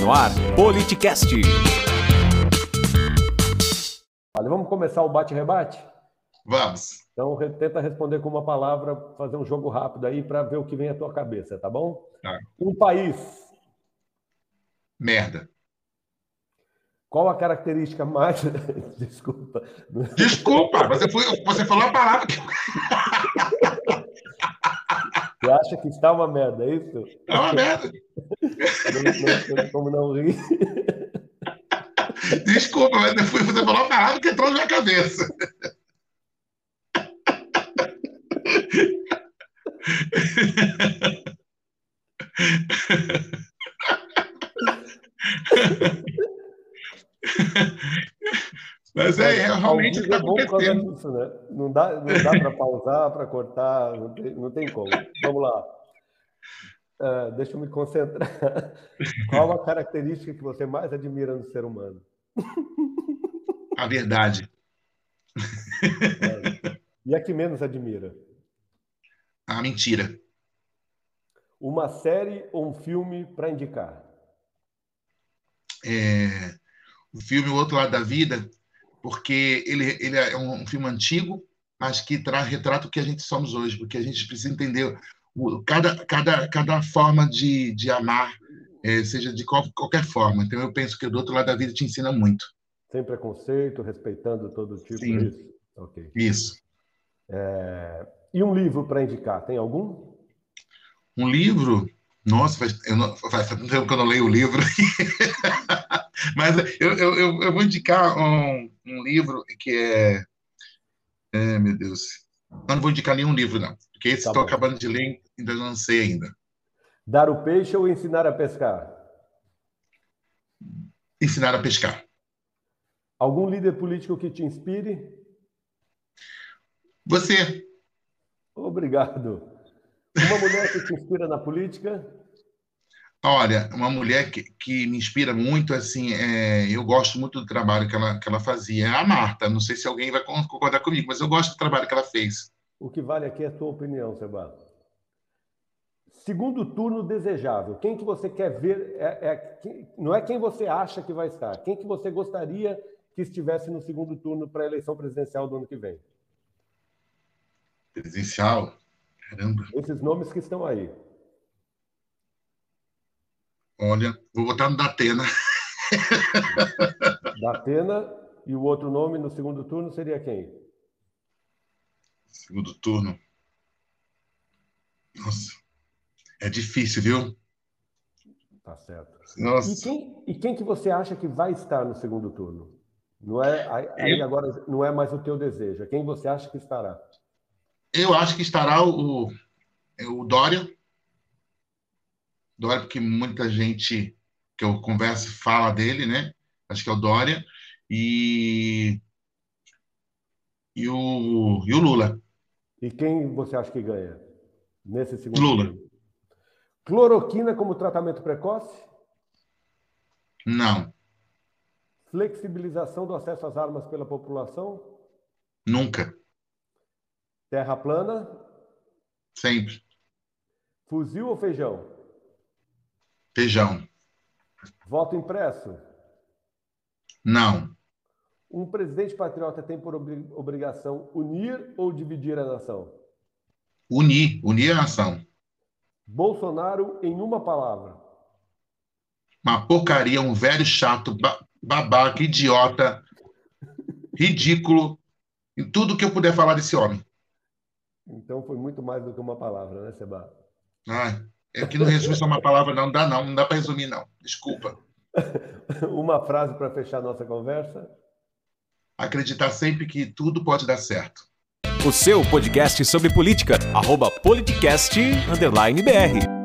no ar Politicast. Olha, vamos começar o bate-rebate? Vamos. Então re- tenta responder com uma palavra, fazer um jogo rápido aí para ver o que vem à tua cabeça, tá bom? Tá. Um país. Merda. Qual a característica mais. Desculpa. Desculpa, você, foi, você falou a palavra que Você acha que está uma merda, é isso? é uma merda. Não, não tem como não rir. Desculpa, mas eu fui- você falou a palavra que entrou na minha cabeça. Mas é, é realmente Ao vivo o que é bom por causa acontecendo. disso, né? Não dá, não dá para pausar, para cortar, não tem, não tem como. Vamos lá. Ah, deixa eu me concentrar. Qual a característica que você mais admira no ser humano? A verdade. É. E a que menos admira? A mentira. Uma série ou um filme para indicar? é, o filme O Outro Lado da Vida, porque ele, ele é um, um filme antigo, mas que traz, retrata o que a gente somos hoje, porque a gente precisa entender o- cada, cada, cada forma de, de amar, é, seja de qual- qualquer forma. Então, eu penso que o Do Outro Lado da Vida te ensina muito Sem preconceito, respeitando todo tipo Sim. disso? Ok. isso. E um livro para indicar? Tem algum? Um livro, nossa, faz, eu não, faz tanto tempo que eu não leio o livro, mas eu, eu, eu, eu vou indicar um, um livro que é, é, meu Deus, eu não vou indicar nenhum livro não, porque esse Tá estou bom. acabando de ler, ainda não sei ainda. Dar o peixe ou ensinar a pescar? Ensinar a pescar. Algum líder político que te inspire? Você, Obrigado. Uma mulher que te inspira na política? olha, uma mulher que, que me inspira muito, assim, é, eu gosto muito do trabalho que ela, que ela fazia, é a Marta, não sei se alguém vai con- concordar comigo, mas eu gosto do trabalho que ela fez. O que vale aqui é a tua opinião, Sebastião. Segundo turno desejável. Quem que você quer ver? É, é- quem- não é quem você acha que vai estar. Quem que você gostaria que estivesse no segundo turno para a eleição presidencial do ano que vem? Presencial, caramba. Esses nomes que estão aí. Olha, vou botar no Datena. Da Atena e o outro nome no segundo turno seria quem? Segundo turno. Nossa. É difícil, viu? Tá certo. E Nossa. quem, e quem que você acha que vai estar no segundo turno? Não é aí- aí agora não é mais o teu desejo, é quem você acha que estará. Eu acho que estará o, é o Dória. Dória, porque muita gente que eu converso fala dele, né? Acho que é o Dória. E, e, o, e o Lula. E quem você acha que ganha nesse segundo Lula. turno? Cloroquina como tratamento precoce? Não, Flexibilização do acesso às armas pela população? nunca. Terra plana? Sempre. Fuzil ou feijão? Feijão. Voto impresso? Não. Um presidente patriota tem por obri- obrigação unir ou dividir a nação? Unir. Unir a nação. Bolsonaro em uma palavra. Uma porcaria, um velho chato, ba- babaca, idiota, ridículo, em tudo que eu puder falar desse homem. Então foi muito mais do que uma palavra, né, Seba? Ai, é que não resume só uma palavra, não dá não, não dá para resumir não. Desculpa. Uma frase para fechar nossa conversa. Acreditar sempre que tudo pode dar certo. O seu podcast sobre política, arroba politicast_br.